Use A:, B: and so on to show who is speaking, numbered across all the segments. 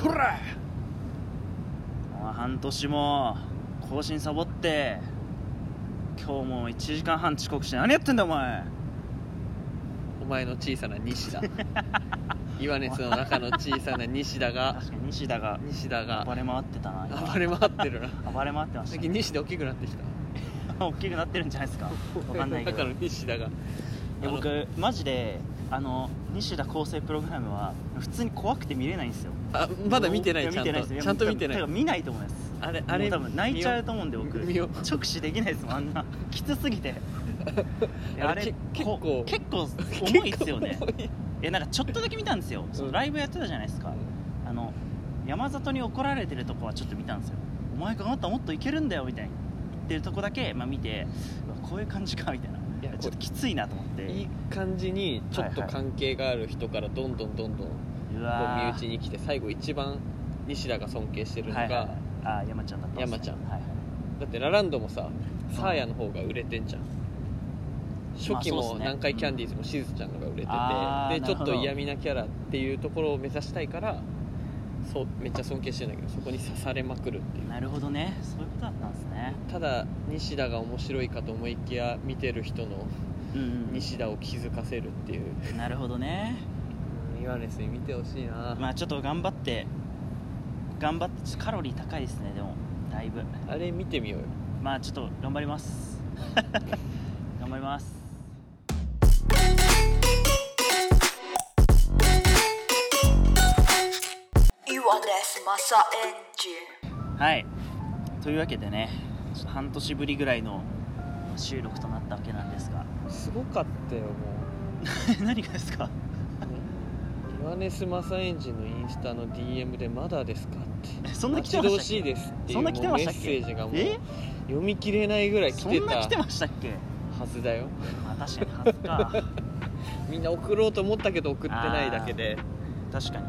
A: こら
B: まあ半年も更新サボって今日も1時間半遅刻して何やってんだお前
C: お前の小さな西 田岩熱の中の小さな西田が
B: 確かに西田が
C: 西田が
B: 暴れ回ってたな今
C: 暴れ回ってるな
B: 暴れ回ってまし
C: 最近西田大きくなってきた
B: た大きくなってるんじゃない ですかわかんないけど
C: 中の西田が
B: いや僕マジであの西田構成プログラムは普通に怖くて見れないんですよ
C: あまだ見てない
B: や
C: ちゃん
B: 見てない
C: と
B: ですよ
C: ちゃんと見てな
B: や
C: い
B: 多分見ないと思います
C: あれ
B: あ
C: あ
B: れ
C: れ
B: 多分泣いちゃうと思うんで僕
C: 見よう
B: 直視できないですもんあんなきつすぎていや
C: あれけ
B: こ
C: 結構
B: 結構
C: 見よう
B: 重いですよね
C: 結構重い
B: いやなんかちょっとだけ見たんですよ、そのライブやってたじゃないですかあの山里に怒られてるとこはちょっと見たんですよお前があなたもっといけるんだよみたいに言ってるとこだけ、まあ、見てうわこういう感じかみたいない
C: やこう
B: ちょっときついなと思って
C: いい感じにちょっと関係がある人からどんどんどんどんこ
B: う
C: う
B: わー
C: 身内に来て最後一番西田が尊敬してるの
B: はいはいはい
C: が、
B: あー山ちゃんだったですね
C: 山ちゃん
B: はいはい
C: だってラランドもさサーヤの方が売れてんじゃん初期
B: まあそうっ
C: も
B: すね
C: 南海キャンディーズもしずちゃんのが売れてて、
B: あー
C: でちょっ
B: なる
C: と
B: ほど
C: 嫌味なキャラっていうところを目指したいからそうめっちゃ尊敬してんだけどそこに刺されまくるっていう
B: なるほどねそういうことだったんですね
C: ただ西田が面白いかと思いきや見てる人の
B: うんうん
C: 西田を気づかせるっていう
B: なるほどね
C: 岩根に見てほしいな、
B: まあちょっと頑張って頑張ってちょっとカロリー高いですねでもだいぶ
C: あれ見てみようよ
B: まあちょっと頑張ります 頑張ります
D: イワネスマサエンジ
B: はいというわけでねちょっと半年ぶりぐらいの収録となったわけなんですが
C: すごかったよも
B: 何がですか
C: う岩根スマサエンジンのインスタの DM で「まだですか?」って
B: そんな来てま
C: 待ち遠
B: し
C: しい
B: たっ
C: ですっていう
B: けそんな来てましたっ
C: もう
B: け
C: メッセージがもう
B: え
C: 読み切れないぐらい来
B: そ
C: て
B: んな来て
C: た
B: ましたっけ
C: はずだよ
B: まあ確かに恥ずか
C: みんな送ろうと思ったけど送ってないだけで
B: 確かに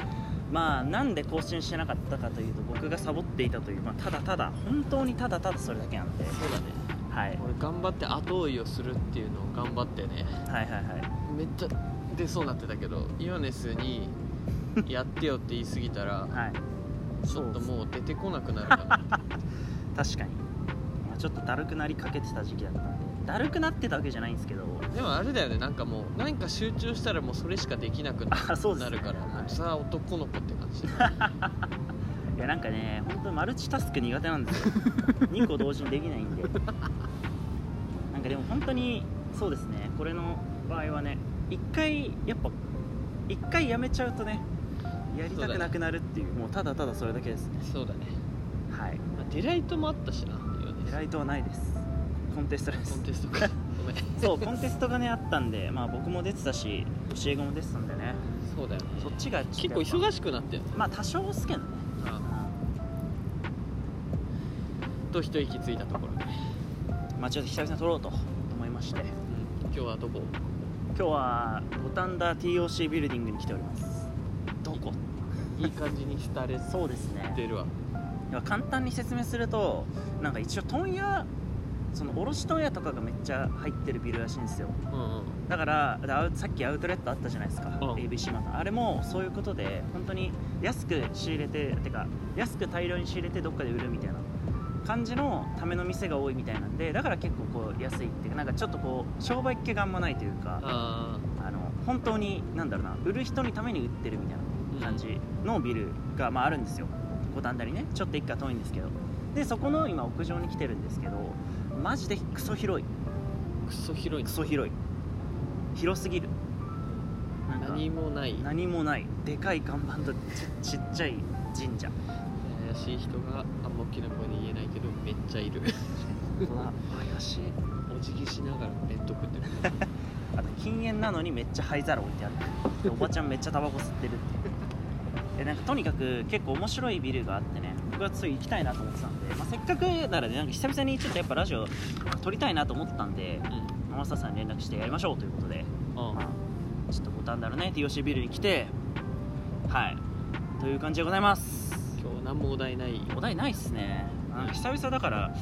B: まあなんで更新してなかったかというと僕がサボっていたという、まあ、ただただ本当にただただそれだけなんで
C: そうだね
B: はい、
C: 俺頑張って後追いをするっていうのを頑張ってね
B: はいはいはい
C: めっちゃ出そうになってたけどイワネスに「やってよ」って言い過ぎた ら
B: はい
C: ちょっともう出てこなくなるかな
B: 確かに、まあ、ちょっとだるくなりかけてた時期だったんでだるくなってたわけじゃないんですけど
C: でもあれだよねなんかもう何か集中したらもうそれしかできなくな
B: あそうです
C: な
B: ね
C: るからも
B: は
C: う
B: い
C: さあ男の子って感じ
B: いやなんかね本当にマルチタスク苦手なんですよ2個同時にできないんでなんかでも本当にそうですねこれの場合はね一回やっぱ一回やめちゃうとねやりたくなくなるっていうもうただた だそれだけですね
C: そうだね、
B: はい
C: まあ、デライトもあったしなイワネ
B: デ
C: ス
B: ライトはないですコンテストで
C: コ
B: す
C: ンテストかごめん
B: そうコンテストがねあったんでまあ僕も出てたし教え子も出てたんでね
C: そうだよね
B: そっちが
C: 結構
B: し
C: 忙しくなってんの
B: まあ多少ですけどね
C: と一息ついたところ、
B: まあちょっと久々に撮ろうと思いまして
C: 今日はどこ
B: 今日は五反田 TOC ビルディングに来ておりますどこ
C: いい感じに廃れ
B: そうです
C: て
B: ね
C: るわ
B: では簡単に説明するとなんか一応問屋その卸問屋とかがめっちゃ入ってるビルらしいんですよ
C: うんうん
B: だからでアウさっきアウトレットあったじゃないですか、
C: うん
B: ABC マートあれもそういうことで本当に安く仕入れててか安く大量に仕入れてどっかで売るみたいな感じのための店が多いみたいなんでだから結構こう安いっていうかなんかちょっとこう商売っ気があんまないというか
C: あ
B: あの本当になんだろうな売る人にために売ってるみたいな感じのビルが、まあ、あるんですよ五反田にねちょっと一家遠いんですけどでそこの今屋上に来てるんですけどマジでクソ広い
C: ークソ広い
B: ク
C: な
B: ソ広い広すぎるなんか
C: 何もない
B: 何もないでかい看板とちちっちゃい神 社
C: 怪しい人があんま大きな声で言えないけどめっちゃ いる
B: うわ怪しい
C: お辞儀しながら弁当食ってる
B: あと禁煙なのにめっちゃ灰皿置いてあるでおばちゃんめっちゃタバコ吸ってるっていうえなんかとにかく結構面白いビルがあってね僕はつい行きたいなと思ってたんで、まあ、せっかくならねなんか久々にちょっとやっぱラジオ撮りたいなと思ってたんで
C: う
B: 山下さんに連絡してやりましょうということで
C: ん
B: まあ、ちょっと五反田のね TOC ビルに来てはいという感じでございます
C: 今日何もお題ないよ
B: お題ないっすねなんか久々だから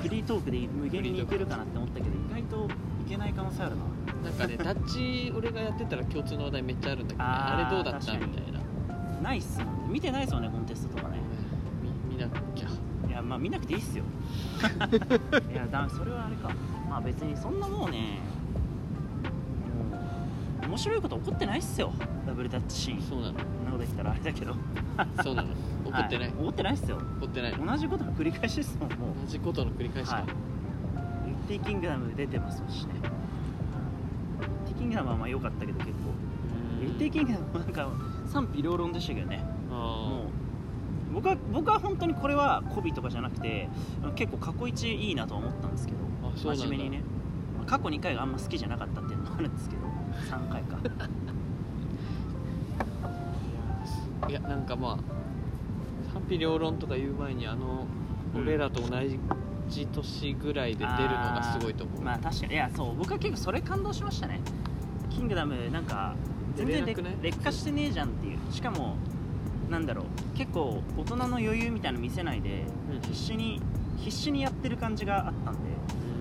B: フリートークで無限にいけるかなって思ったけど意外といけない可能性ある
C: な
B: な
C: んかねダッチ俺がやってたら共通のお題めっちゃあるんだけどね
B: あー
C: あれどうだった
B: 確か
C: み
B: に
C: たいな
B: ないっすもんね見てないっすもんねコンテストとかね
C: み見なきゃ
B: いやまあ見なくていい っすよいやだそれはあれかまあ別にそんなもうねもう面白いこと起こってないっすよダブルタッチシーンそ
C: そうなの
B: んなこと言ったらあれだけど
C: そう なの怒ってない、
B: は怒ってないっすよ
C: 怒ってない同
B: 同じことの繰り返しですもんもう
C: じことの繰り返しだ、
B: はい「イッティキングダム」出てますしね「イッティキングダム」はまあ良かったけど結構「イッティキングダム」なんか賛否両論でしたけどね
C: あ
B: もう僕は僕は本当にこれは媚びとかじゃなくて結構過去一いいなとは思ったんですけど
C: あそうなんだ
B: 真面目にね過去2回があんま好きじゃなかったっていうのもあるんですけど3回 か
C: あいやなんかまあ賛否両論とか言う前にあの、
B: うん
C: 俺らと同じ年ぐらいで出るのがすごいと思う、
B: まあ確かにいやそう僕は結構それ感動しましたね「キングダム」なんか全然
C: 出れな
B: 劣
C: くない
B: 劣化してねえじゃんっていうしかもなんだろう結構大人の余裕みたいなの見せないで
C: うん
B: 必死に必死にやってる感じがあったんで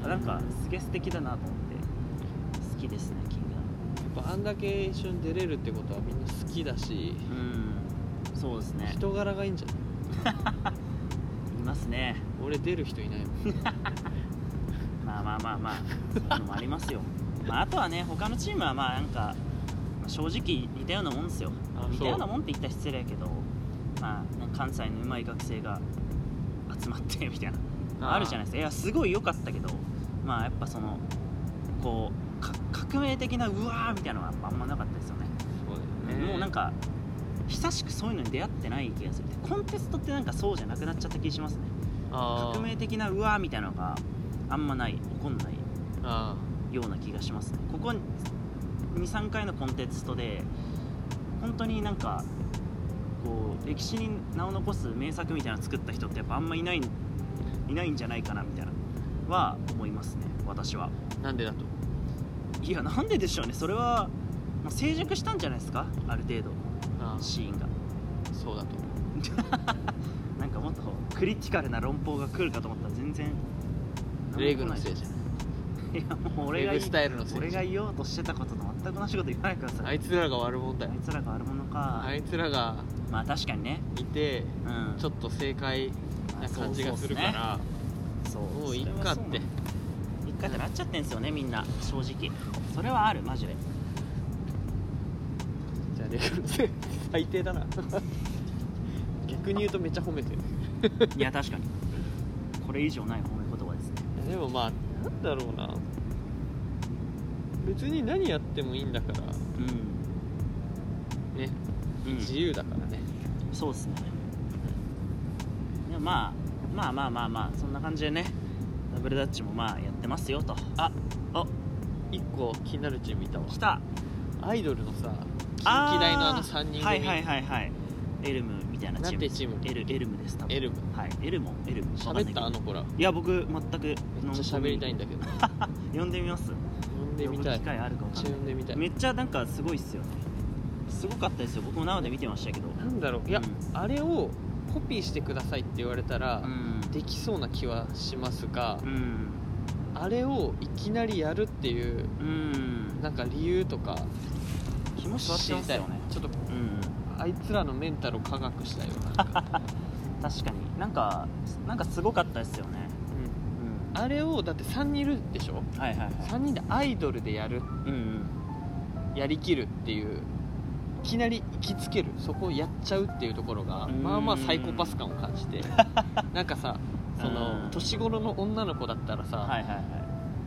B: あなんかすげえ素敵だなと思って好きですね「キングダ
C: や
B: ム」
C: っぱあんだけ一緒に出れるってことはみんな好きだし、
B: うんそうですね
C: 人柄がいいんじゃない
B: いますね
C: 俺出る人いないもん
B: まあまあまあまあそういうのもあり ますよまああとはね他のチームはまあなんかまあ正直似たようなもんですよ
C: あそう
B: 似たようなもんって言ったら失礼やけどまあなんか関西のうまい学生が集まってみたいなあるじゃない
C: い
B: ですかいやすごい良かったけどまあやっぱそのこうか革命的なうわーみたいなのはやっぱあんまなかったですよね
C: そうだよね
B: もうなんか久しくそういうのに出会ってない気がするコンテストってなんかそうじゃなくなっちゃった気がしますね
C: あー
B: 革命的なうわーみたいなのがあんまない起こんない
C: あ
B: ような気がしますねここ23回のコンテストで本当になんかこう歴史に名を残す名作みたいなの作った人ってやっぱあんまいないいないんじゃないかなみたいなは思いますね私は
C: ーなんでだと
B: いやなんででしょうねそれは、まあ成熟したんじゃないですかある程度
C: あー
B: シーンが
C: そうだと
B: なんかもっとクリティカルな論法が来るかと思ったら全然
C: レーグのせいじゃない
B: いやもう俺
C: レ
B: が
C: ー
B: い
C: グスタイルのせい
B: 俺
C: じゃ
B: が
C: ない
B: 言おうとしてたことと全く同じこと言わないでください
C: あいつらが悪者だよ
B: あいつらが悪者か、
C: あいつらが
B: まあ確かにね
C: いて
B: うん
C: ちょっと正解な感じがするから
B: そう
C: もうい
B: そ
C: っ
B: れは
C: かっ
B: そう
C: て
B: 一回ってなっちゃってんすよねみんな正直それはあるマジで
C: じゃあレーグのせい最低だな 逆に言うとめっちゃ褒めてる
B: いや確かにこれ以上ない褒め言葉ですね
C: でもまあなんだろうな別に何やってもいいんだから
B: うん、
C: ね
B: うん、
C: 自由だからね
B: そうですねでもまあまあまあまあまあそんな感じでねダブルダッチもまあやってますよと
C: ああ一個気になるチームいたわ
B: 来た
C: アイドルのさ
B: あー
C: 近畿大のあの3人組
B: はいはいはいはいエルムみたいなチ
C: なん
B: ーム
C: てチーム
B: エルエルムです多分
C: エルム
B: はいエルモエルム
C: 喋ったあの子らめ
B: いや僕全くめっ
C: っちゃ喋りたいんだけど
B: 呼んでみます
C: 呼んでみたい
B: 呼ぶ機
C: めっ
B: 会あるかわかん
C: ちゃ
B: な
C: 呼
B: い
C: んでみた
B: め
C: い
B: っちゃなんかすごいっすよねすごかったですよ僕も生で見てましたけど
C: なんだろういや、
B: うん
C: あれをコピーしてくださいって言われたら、
B: うん
C: できそうな気はしますが
B: う、ん
C: あれをいきなりやるっていう
B: うん
C: なんか理由とか
B: 気持ちわってますよね
C: ちょっと
B: うん
C: あいつらのメンタルを科学したよなんか、
B: 確かになんかなんかすごかったですよね
C: う
B: うん
C: んあれをだって3人いるでしょ
B: はいはいはい
C: 3人でアイドルでやる
B: うんうん
C: やりきるっていういきなり行きつけるそこをやっちゃうっていうところが
B: うん
C: まあまあサイコパス感を感じ てなんかさそ
B: うん
C: の年頃の女の子だったらさ、
B: はいはいは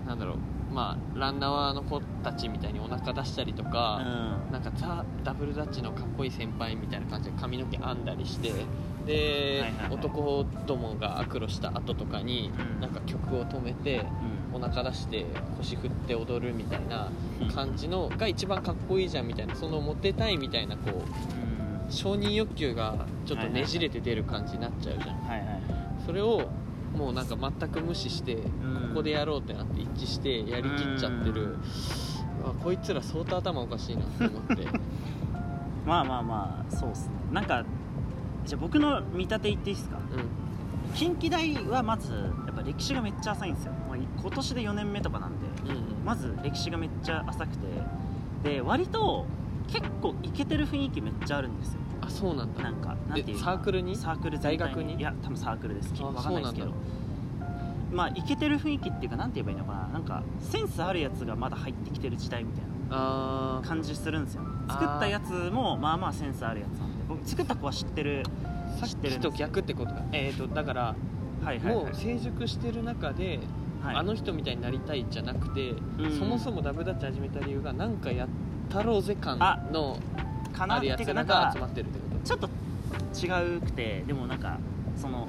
C: なんだろうまあランナーの子たちみたいにお腹出したりとか、
B: い
C: なんかザ・ダブルダッチのかっこいい先輩みたいな感じで髪の毛編んだりしてで、
B: はいはいはい
C: 男どもが悪露した後とかに、
B: うん
C: なんか曲を止めて
B: うん
C: お腹出して腰振って踊るみたいな
B: うん
C: 感じのが一番かっこいいじゃんみたいなそのモテたいみたいなこう
B: うん
C: 承認欲求がちょっとねじれて出る感じになっちゃうじゃん、
B: はいはい
C: それをもうなんか全く無視してこ
B: ん
C: こでやろうってなって一致してやりきっちゃって
B: う
C: る
B: ん
C: あこいつら相当頭おかしいなって思って
B: まあまあまあそうっすねなんかじゃあ僕の見立て言っていいですか
C: う
B: 近畿大はまずやっぱ歴史がめっちゃ浅いんですよもう今年で4年目とかなんで
C: んうん
B: まず歴史がめっちゃ浅くてで割と結構イケてる雰囲気めっちゃあるんですよ
C: ああそうなんだ
B: なんかなんていうのかな
C: サークルに
B: サークル全体
C: 大学に
B: いや多分サークルですき
C: あ
B: わかんないですけど
C: そう
B: まあイケてる雰囲気っていうかなんて言えばいいのかななんかセンスあるやつがまだ入ってきてる時代みたい
C: あ
B: な
C: ー
B: 感じするんですよね
C: あー
B: 作ったやつもまあまあセンスあるやつなんで僕作った子は知ってる
C: さっきと逆ってことかえっ、とだから、
B: はいはいはい
C: もう成熟してる中で、
B: はい
C: あの人みたいになりたいじゃなくて、
B: ん
C: そもそもダブダッチ始めた理由がなんかやったろうぜ感の
B: かな
C: あ
B: っ
C: る
B: てい
C: や
B: う
C: つ
B: かな
C: ら
B: ん
C: が
B: か
C: 集まってるってこ
B: ちょっと違うくてでもなんかその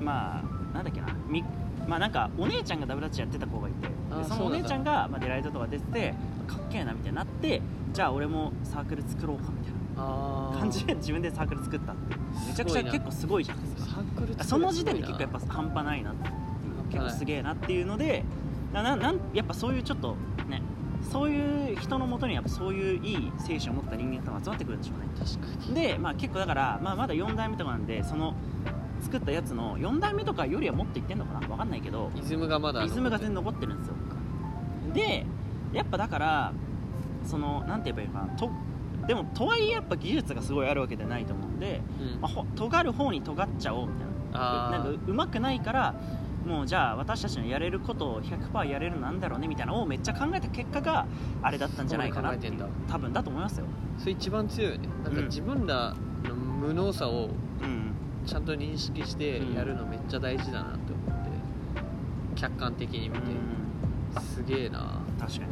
B: まあなんだっけなみまあなんかお姉ちゃんがダブダッチやってた子がいてで
C: あー
B: そ
C: そ
B: の
C: う
B: お
C: なんだ
B: 姉ちゃんが、まあ、デライトとか出ててかっけえなみたいになってじゃあ俺もサークル作ろうかみたい
C: とあ
B: な
C: ー
B: 感じで自分でサークル作ったってめちゃくちゃ結構すごいじゃないです
C: サ
B: か
C: ークル作るって
B: その時点で結
C: すごい
B: 構や
C: な
B: っぱ半端ないなっていう結構すげえなっていうのでなななんやっぱそういうちょっとねそういう人のもとにやっぱそういういい精神を持った人間とか集まってくるんでしょうね
C: 確かに
B: で、まあ、結構だから、まあ、まだ4代目とかなんでその作ったやつの4代目とかよりはもっといってんのかな分かんないけど
C: イズムがまだ
B: リズムが全然残ってるんですよでやっぱだからそのなんて言えばいいのかなとでもとはいえやっぱ技術がすごいあるわけじゃないと思うんで、
C: うん
B: まあ、ほ尖る方に尖っちゃおうみたいな
C: あ
B: なんか
C: ー
B: うまくないからもうじゃあ私たちのやれることを100%やれるのなんだろうねみたいなのをめっちゃ考えた結果があれだったんじゃないかなってい
C: そこ
B: う
C: まで考
B: 多分だと思いますよ、
C: それ一番強いよねなんか
B: うん
C: 自分らの無能さを
B: うん、
C: ちゃんと認識してやるのめっちゃ大事だなって思って客観的に見て、
B: うん
C: すげえな
B: 確かに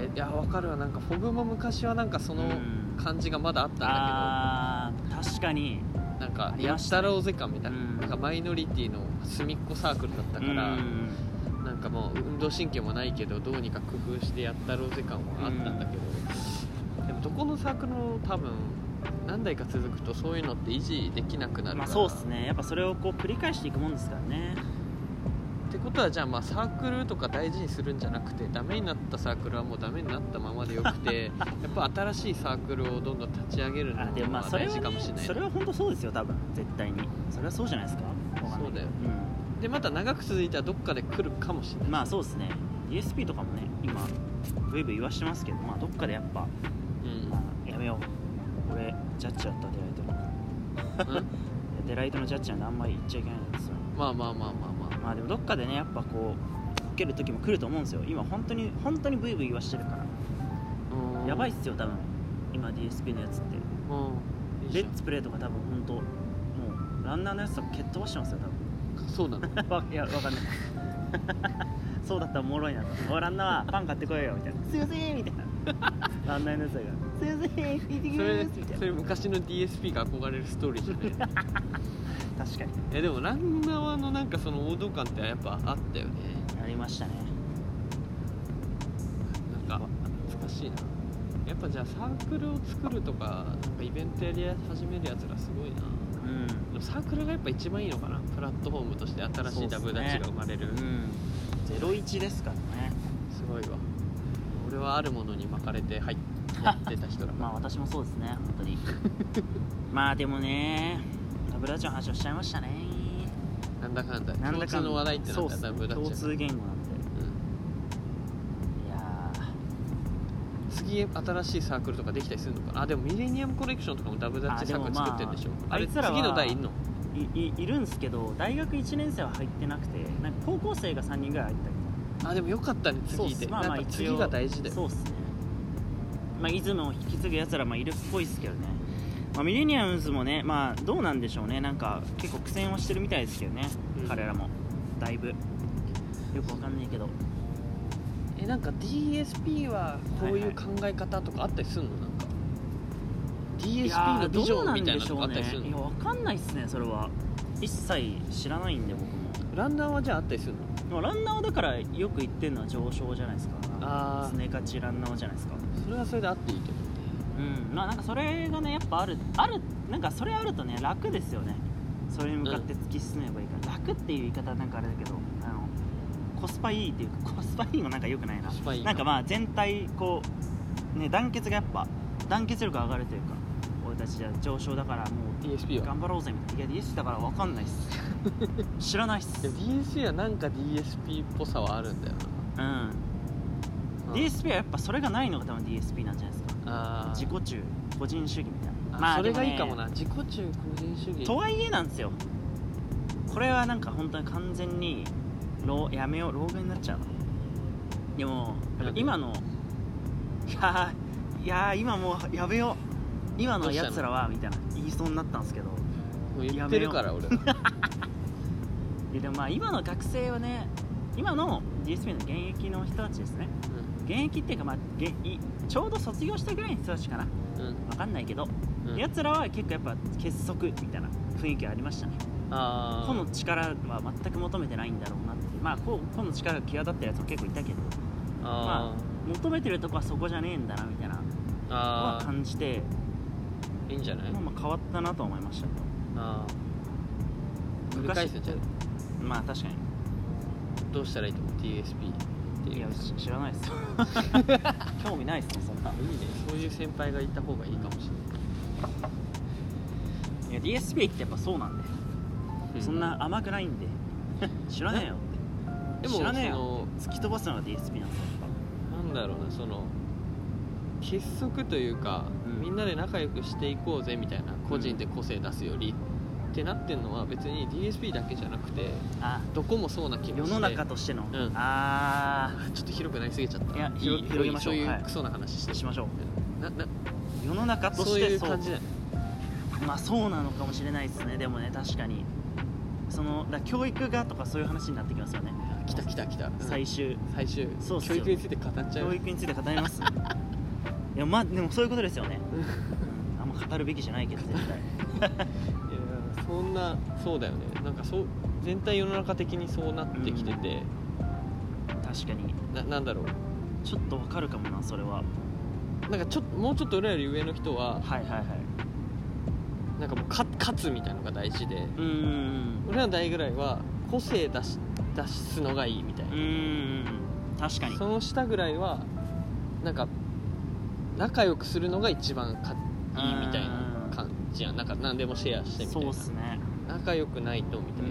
C: えいやわかるわなんかフォグも昔はなんかその
B: うん
C: 感じがまだあったんだ
B: あー確かに
C: けど、な
B: あ
C: んか
B: り
C: や
B: ま
C: っ
B: した
C: た
B: ね
C: ろうぜ感みたいな,、
B: うん
C: なんかマイノリティの隅っこサークルだったか
B: う
C: ら、
B: ん
C: なんかもう運動神経もないけどどうにか工夫してやったろうぜ感はあったんだけど、でもどこのサークルも多分何代か続くとそういうのって維持できなくなるから、
B: まあそうっすねやっぱそれをこう繰り返していくもんですからね
C: ってことはじゃあまあサークルとか大事にするんじゃなくてダメになったサークルはもうダメになったままでよく てやっぱ新しいサークルをどんどん立ち上げるの
B: あでもまあ
C: は
B: それ
C: 大
B: は、
C: 事かも
B: ね
C: しれ、ない
B: それは本当そうですよ多分絶対にそれはそうじゃないですかわかんない
C: そうだよ
B: けど
C: でまた長く続いたらどっかで来るかもしれな
B: う
C: い、
B: ん、まあそうですね DSP とかもね今ブイブイ言わしてますけどまあどっかでやっぱ、まあ、やめよう俺ジャッジやったデライトの
C: うんうん
B: デライトのジャッジなんであんまり言っちゃいけないんですよ
C: まあまあまあまあまあ
B: まあでもどっかでねやっぱこう受ける時も来ると思うんですよ今本当に本当にブイブイ言わしてるから
C: うん
B: やばいっすよ多分今 DSP のやつって
C: うんいいじ
B: レ
C: ゃん
B: ッツプレーとか多分本当もうランナーのやつとか蹴っ飛ばしてますよ
C: そうなの
B: 多分 わいやわかんないそうだったらおもろいなと「おいランナーパン買ってこいよ」みたいな「すいません」みたいな ランナーのやつが「すいません行ってき
C: それ
B: ます」みたい
C: それ
B: な
C: 昔の DSP が憧れるストーリーじゃ ない
B: 確かに
C: いやでもランナーのなんかその王道感ってやっぱあったよね
B: ありましたね
C: なんか懐かしいなやっぱじゃあサークルを作るとかなんかイベントやり始めるやつらすごいな
B: うん
C: でもサークルがやっぱ一番いいのかなプラットフォームとして新しいダブダチが生まれる、
B: うん01ですからね
C: すごいわ俺はあるものに巻かれて入ってやってた人だ
B: まあ私もそうですね本 当にまあでもねダブルダッチの話をしちゃいましたね
C: なんだかんだ
B: なん
C: 共
B: だか
C: 通
B: んだ
C: の話題ってな
B: そ
C: っ
B: う
C: たら
B: っす
C: ダブダ
B: 共
C: チだ
B: 通言語なんで
C: うん
B: いや
C: 次新しいサークルとかできたりするのかなあでもミレニアムコレクションとかもダブダチサークル作ってるんでしょ
B: あでもまあ
C: あれ
B: あいつらは
C: 次の代いんの
B: ーいいいるんですけど大学1年生は入ってなくてなんか高校生が3人ぐらい入ったり
C: あでもよかったね
B: そうっ
C: 次
B: す
C: で、
B: まあまあ
C: やっぱ
B: 一応
C: 次が大事だよ
B: そうっすねまあイズムを引き継ぐやつらもいるっぽいっすけどね、まあ、ミレニアムズもねまあどうなんでしょうねなんか結構苦戦はしてるみたいですけどね、
C: うん
B: 彼らもだいぶよくわかんないけど
C: えなんか DSP はこういう考え方とかあったりするのなんか
B: いや
C: DSP
B: ー
C: のビジョンみたいなの
B: どう
C: があ
B: な
C: っ
B: ん
C: たり
B: でし
C: す
B: ょう
C: る
B: ね
C: の
B: いやわかんないっすねそれは一切知らないんで僕も
C: ランナーはじゃああったりするの
B: でもランナーはだからよく言ってるのは上昇じゃないですか
C: あー
B: スネカチランナーじゃないですか
C: それはそれであっていいと思
B: うんまあなんかそれがねやっぱあるあるなんかそれあるとね楽ですよねそれに向かって突き進めばいいから、楽っていう言い方はなんかあれだけどあのコスパいいっていうかコスパいいもなんか良くないな
C: コスパいい
B: なんかまあ全体こうね団結がやっぱ団結力が上がるというか俺たちじゃ上昇だからもう
C: DSP は
B: 頑張ろうぜみたいないや DS だから分かん ないっす知らないっす
C: でも DSP はなんか DSP っぽさはあるんだよ
B: うん
C: な、うん
B: DSP はやっぱそれがないのが多分 DSP なんじゃないですか
C: あー
B: 自己中個人主義みたいなまあ
C: それが
B: でもね
C: いいかもな自己中個人主義
B: とはいえなんですよこれはなんか本当に完全に老やめよう老眼になっちゃうなでもやっぱ今のいやーいやー今もうやめよう今のやつらはみたいな言いそうになったんですけど
C: もう言ってるから俺
B: いやでもまあ今の学生はね今の DSP の現役の人たちですね現役っていうかまあげいちょうど卒業したぐらいの人たちかな
C: うんうん
B: わかんないけど、
C: うん
B: やつらは結構やっぱ結束みたいな雰囲気はありましたね
C: あ
B: 個の力は全く求めてないんだろうなってまあ個個の力が際立ってるやつも結構いたけど
C: ああ
B: 求めてるとこはそこじゃねえんだなみたいなの
C: ーあ
B: は
C: ー
B: 感じて
C: いいんじゃない
B: まあまあ変わったなとは思いましたね
C: ああ繰り返せちゃう
B: まあ確かに
C: どうしたらいいと思う TSP っていう
B: いやし知らない ですよ興味ないっすねそんない
C: いねそういう先輩がいた方がいいかもし
B: いや DSP ってやっぱそうなんで、
C: れない、う
B: そんな甘くないんで 知らねえよっ
C: で
B: て
C: も
B: 知らねえ
C: そ
B: よ
C: の
B: 突き飛ばすのが DSP なんですよ
C: なんだろうなその結束というか、
B: うん
C: みんなで仲良くしていこうぜみたいな個人で個性出すより、ってなってんのは別に DSP だけじゃなくて
B: あ
C: どこもそうな気がして
B: 世の中としての、
C: ん
B: あ
C: ちょっと広くなりすぎちゃった
B: いや
C: い
B: 広広げましょう
C: そうい
B: はいう
C: クソな話して
B: あしましょう
C: なな
B: 世の中と
C: そう
B: して
C: いう感じだよ
B: まあそうなのかもしれないですねでもね確かにそのだ教育がとかそういう話になってきますよね
C: 来た来た来た、うん
B: 最終
C: 最終
B: そうっすよ
C: 教育について語っちゃ
B: 教
C: う
B: 育について語ります いやまあでもそういうことですよねうんあんま語るべきじゃないけど絶対
C: いやそんなそうだよねなんかそう全体世の中的にそうなってきてて、
B: 確かに
C: ななんだろう
B: ちょっとわかるかもなそれは
C: なんかちょっともうちょっと俺らより上の人は
B: はいはいはい
C: なんかもうか勝つみたいなのが大事で
B: うーん
C: 俺らの代ぐらいは個性出し出すのがいいみたいうな、
B: ーん確かに
C: その下ぐらいはなんか仲良くするのが一番かいいみたいな感じやんなんか何でもシェアしてみたい
B: そう
C: な
B: っすね
C: 仲良くないとみた
B: う
C: い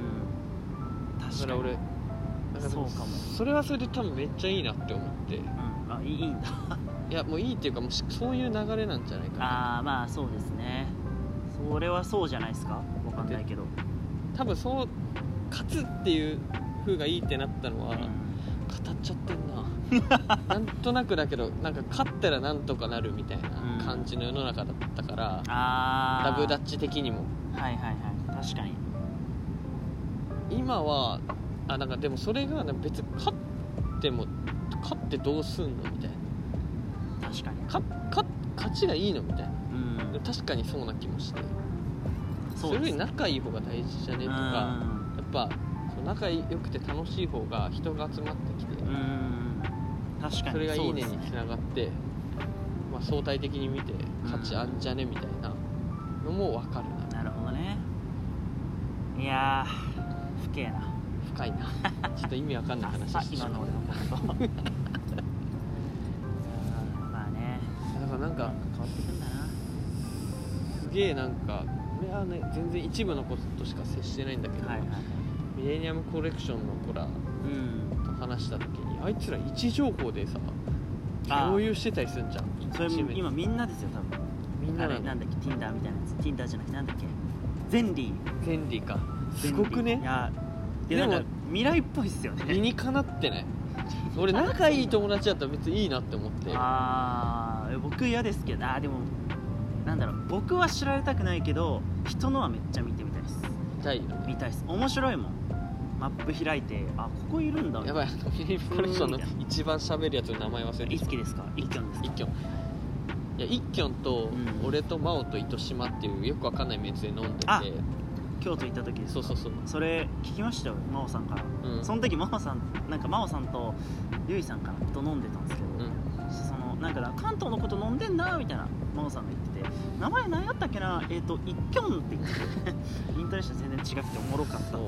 C: な、
B: ん
C: そ
B: 確
C: れは
B: かに
C: 俺なんでも
B: そうかも
C: それはそれで多分めっちゃいいなって思って
B: うんあいいいいんだ
C: いやもういいっていうかもうしそういう流れなんじゃないかな
B: ああまあそうですねそれはそうじゃないですかわかんないけど、
C: 多分そう勝つっていう風がいいってなったのは、
B: うん
C: 語っちゃってん ななんとなくだけどなんか勝ったらなんとかなるみたいな感じの世の中だったから、
B: あ
C: ダブダ
B: ッ
C: ッチ的にも
B: はいはいはい確かに
C: 今はあなんかでもそれがね別に勝っても勝ってどうすんのみたいな
B: 確かに
C: 勝勝勝ちがいいのみたいな
B: うん
C: でも確かにそうな気もしてそ
B: そう
C: れよ
B: です
C: り仲いい方が大事じゃねとか
B: う
C: やっぱそう仲良くて楽しい方が人が集まってきて
B: んうん確かに
C: それが「いいね」
B: そう
C: に
B: です
C: つながって、まあ、相対的に見て価値あんじゃねみたいなのも分かるな
B: なるほどねいやー不敬な
C: 深いな ちょっと意味わかんない話
B: あ
C: してし
B: 今
C: ま
B: の
C: っ
B: 俺の ことうんまあね
C: ただからなんか
B: 変わってくんだな
C: すげえなんか俺はね全然一部のこととしか接してないんだけど、
B: はいはい
C: ミレニアムコレクションの子ら
B: うん
C: と話した時にあいつら位置情報でさ
B: あー
C: 共有してたりするじゃん
B: それ
C: 一面
B: 今みんなですよ多分
C: みんな
B: あ
C: な
B: れ
C: の
B: なんだっけ Tinder みたいなやつ Tinder じゃなくてなんだっけゼンリー
C: ゼンリーか
B: ゼ
C: す
B: ンリー
C: ごくね
B: いやいや
C: でも
B: なんか未来っぽいっすよね
C: 理にかなってない俺仲いい友達だったら別にいいなって思って
B: ああ僕嫌ですけどあーでもなんだろう僕は知られたくないけど人のはめっちゃ見てみたいです
C: 痛いよね
B: 見たいです面白いもんマップ開いてあここいるんだ
C: やばい、あのフィリップ・コレクションの一番喋るやつの名前忘れて
B: いつき
C: た。
B: ですか一挙ですか
C: 一挙。いや、一挙と
B: うん
C: 俺と真央と糸島っていうよくわかんないメンツで飲んでて、
B: あ京都行った時です
C: そうそうそう。
B: それ聞きましたよ真央さんから、
C: うん
B: その時真央さんなんか真央さんとゆいさんかなと飲んでたんですけど、
C: うん
B: そのなんかな関東のこと飲んでんなみたいな真央さんが言ってて名前何やったっけなえっ、と一挙って言ってて イントネーション全然違くておもろかった
C: そう、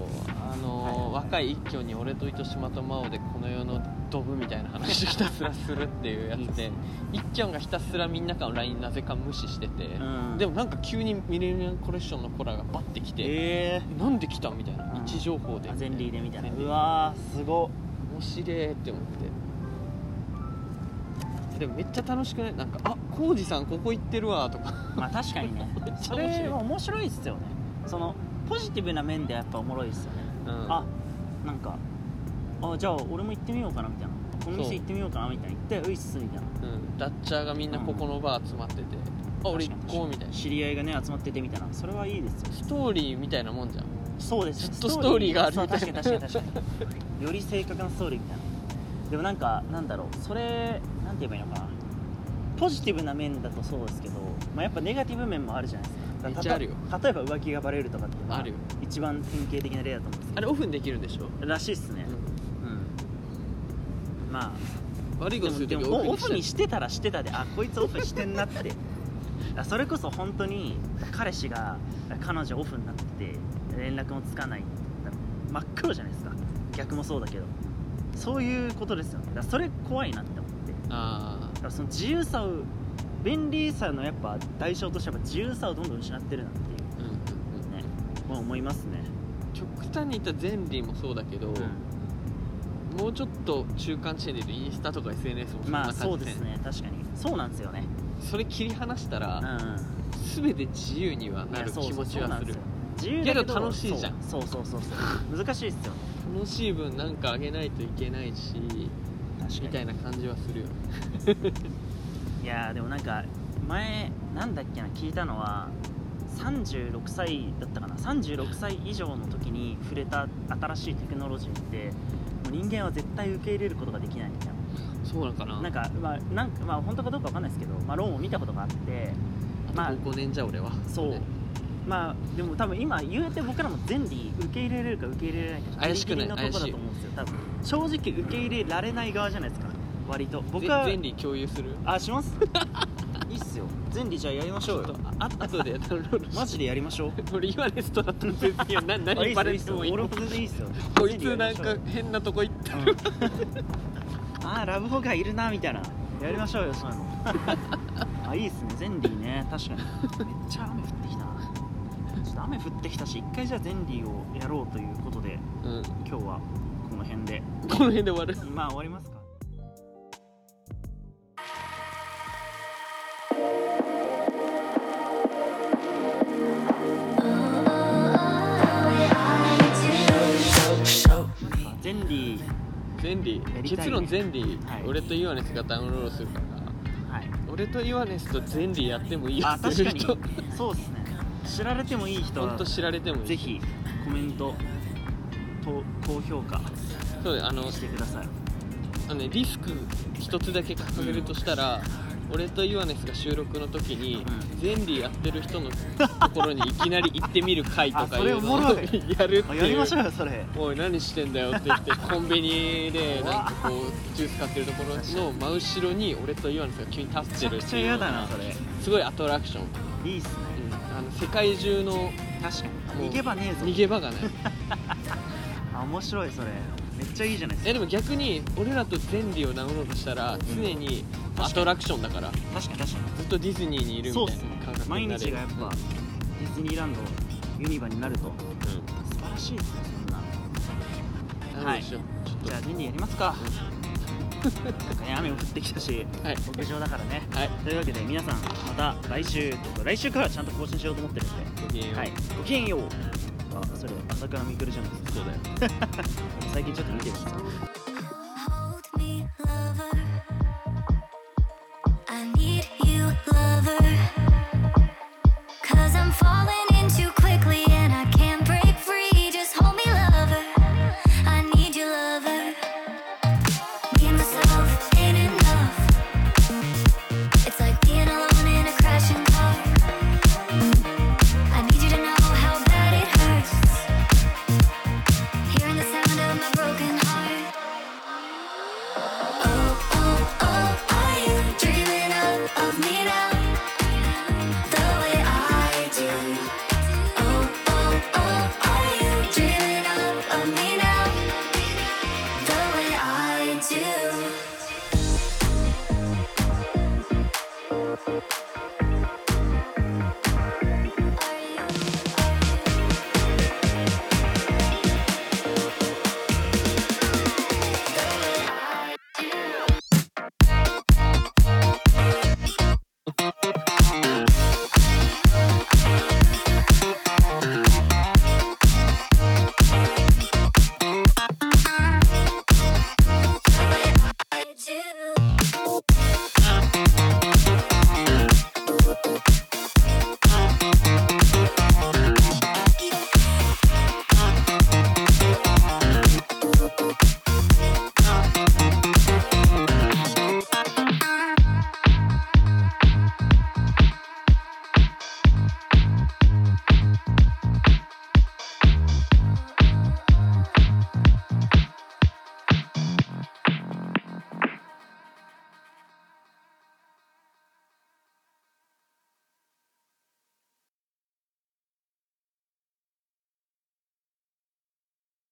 C: あのー若い一挙に俺と糸島と真央でこの世のドブみたいな話をひたすらするっていうやつで、一挙がひたすらみんなからの LINE なぜか無視してて、
B: うん
C: でもなんか急にミレニアムコレクションの子らがバッて来て、
B: え
C: なんで来たみたいな、
B: うん
C: 位置情報で
B: ー、ゼンリーでみたいな
C: ゼンリ
B: う
C: ー
B: わーすごっ
C: 面白いって思ってでもめっちゃ楽しくないなんか「あ浩二さんここ行ってるわ」とか
B: まあ確かにね
C: めっちゃ
B: そ
C: 面白
B: れ
C: い
B: は面白いですよねそのポジティブな面でやっぱおもろいですよね、
C: うん
B: あなんかあじゃあ俺も行ってみようかなみたいなこの
C: そう
B: 店行ってみようかなみたいな行ってういっすみたいな
C: うん、ダッチャーがみんなここのバー集まってて「あ俺行こう」みたいな
B: 知り合いがね集まっててみたいなそれはいいですよ
C: ストーリーみたいなもんじゃん
B: そうです
C: ずっとストーリーがある
B: そう
C: みたいな
B: 確かに確かに確かにより正確なストーリーみたいなでもなんかなんだろうそれなんて言えばいいのかなポジティブな面だとそうですけど、まあ、やっぱネガティブ面もあるじゃないですかだから
C: めっちゃあるよ
B: 例えば浮気がバレるとかっていうのは
C: あるよ
B: 一番典型的な例だと思うんです
C: あ
B: け
C: れオフにできるんでしょ、
B: どらしいっすねうんまあ
C: 悪いことする
B: で
C: とき
B: もでも
C: オ
B: オ
C: フ
B: フ
C: に
B: に
C: し
B: してたらしてたであこいつオフしてんなって あそれこそ本当に彼氏が彼女オフになってて連絡もつかない真っ黒じゃないですか逆もそうだけどそういうことですよねだからそれ怖いなって思ってだ
C: あ
B: からその自由さを便利さのやっぱ代償としては自由さをどんどん失ってるなってい
C: あうんうんうん
B: うねまあ思いますね、
C: 極端に言ったらゼンリーもそうだけど、もうちょっと中間地点で言うとインスタとか SNS もそんな
B: ま
C: 感
B: あ
C: じ
B: そうですね確かにそうなんですよね
C: それ切り離した
B: う
C: ら、
B: ん
C: 全て自由にはいな
B: や
C: る
B: そう
C: 気
B: そう
C: 持ち
B: そう
C: が
B: なん
C: す
B: で
C: る
B: よ自由だ
C: けど楽しいじゃん
B: そうそうそうそう難しいっすよね
C: 楽しい分なんかあげないといけないし
B: 確
C: みたいな感じはするよね
B: いやーでもなんか前なんだっけな聞いたのは36歳だったかな36歳以上の時に触れた新しいテクノロジーってもう人間は絶対受け入れることができないみたいな
C: そうなのかな
B: なんか,、まあ、なんかまあ本当かどうかわかんないですけど、まあ、論を見たことがあってま
C: あ
B: あ
C: と5年じゃ俺は
B: そうまあでも多分今言うて僕らも全理受け入れれるか受け入れられないか
C: 怪しくない
B: ギリギリのとこだと思うんですよ多分正直受け入れられない側じゃないですか割と僕は
C: 全理共有する
B: あ しますいいっすよ全理じゃあやりましょうよ
C: あ後でダウンロード
B: マジでやりましょう
C: で俺今レストランと全然な
B: あい
C: 何
B: いっ
C: バ
B: すよ
C: レ
B: いいってすよ
C: もいい
B: 俺も全然いいっすよ
C: こいつなんか
B: うん
C: 変なとこ行ってる
B: あーラブホがいるなみたいなやりましょうよそういうのあいいっすねゼンリーね確かにめっちゃ雨降ってきたなちょっと雨降ってきたし一回じゃあゼンリーをやろうということで
C: うん
B: 今日はこの辺で
C: この辺で終わる
B: まあ終わりますか
A: Show
B: ゼンリー
C: ゼンリ
B: やりたいね
C: 結論ゼンリ
B: はい
C: 俺とイワネスがダウンロードするから
B: はい
C: 俺とイワネスとゼンリやってもいいよ
B: あ
C: って
B: 確
C: い
B: か
C: う
B: に
C: 人
B: そうですね知られてもいい人
C: ほん
B: は
C: と知られてもいい
B: ぜひコメントと高評価
C: そうだよあの
B: してください
C: あのねリスク一つだけ掲げるとしたら、俺とイワネスが収録の時に、
B: う
C: ゼンリーやってる人のところにいきなり行ってみる回とか
B: あそ
C: い
B: れ
C: う
B: お
C: のを
B: もろい
C: やるって
B: あ
C: いう
B: やりましょうよそれ
C: おい何してんだよって言ってコンビニでなんかこうジュース買ってるところの真後ろに俺とイワネスが急に立
B: め
C: っ
B: ち
C: て
B: ゃ
C: る
B: く
C: っ
B: ち
C: て
B: ゃ
C: いう
B: 嫌
C: よう
B: だな
C: な
B: それ
C: すごいアトラクション、
B: いいっすね
C: うんあの世界中の
B: 確か
C: もう
B: に逃げ場ねえぞ
C: 逃げ場がない
B: あ面白いそれめっちゃいいじゃないです
C: えでも逆に俺らとゼンリーをダウンロードしたら常に
B: 確かに
C: アトラクションだから
B: か確かに確かに
C: ずっとディズニーにいるみた
B: そう
C: い
B: っすね
C: な感覚
B: 毎
C: になれ
B: 日
C: る
B: がやっぱディズニーランドユニバになると素晴らしいですねそ
C: う
B: んな
C: ん
B: はい
C: ちょっ
B: じゃあ人にやりますか なんかね雨も降ってきたし
C: とはい
B: 屋上だからね
C: はい
B: というわけで皆さんまた来週来週からちゃんと更新しようと思ってるんで
C: ごきげんよう
B: はい、ごきげんよう。あ、それ、朝倉未来じゃないですか。
C: そうだよ
B: 最近ちょっと見てるんですよ。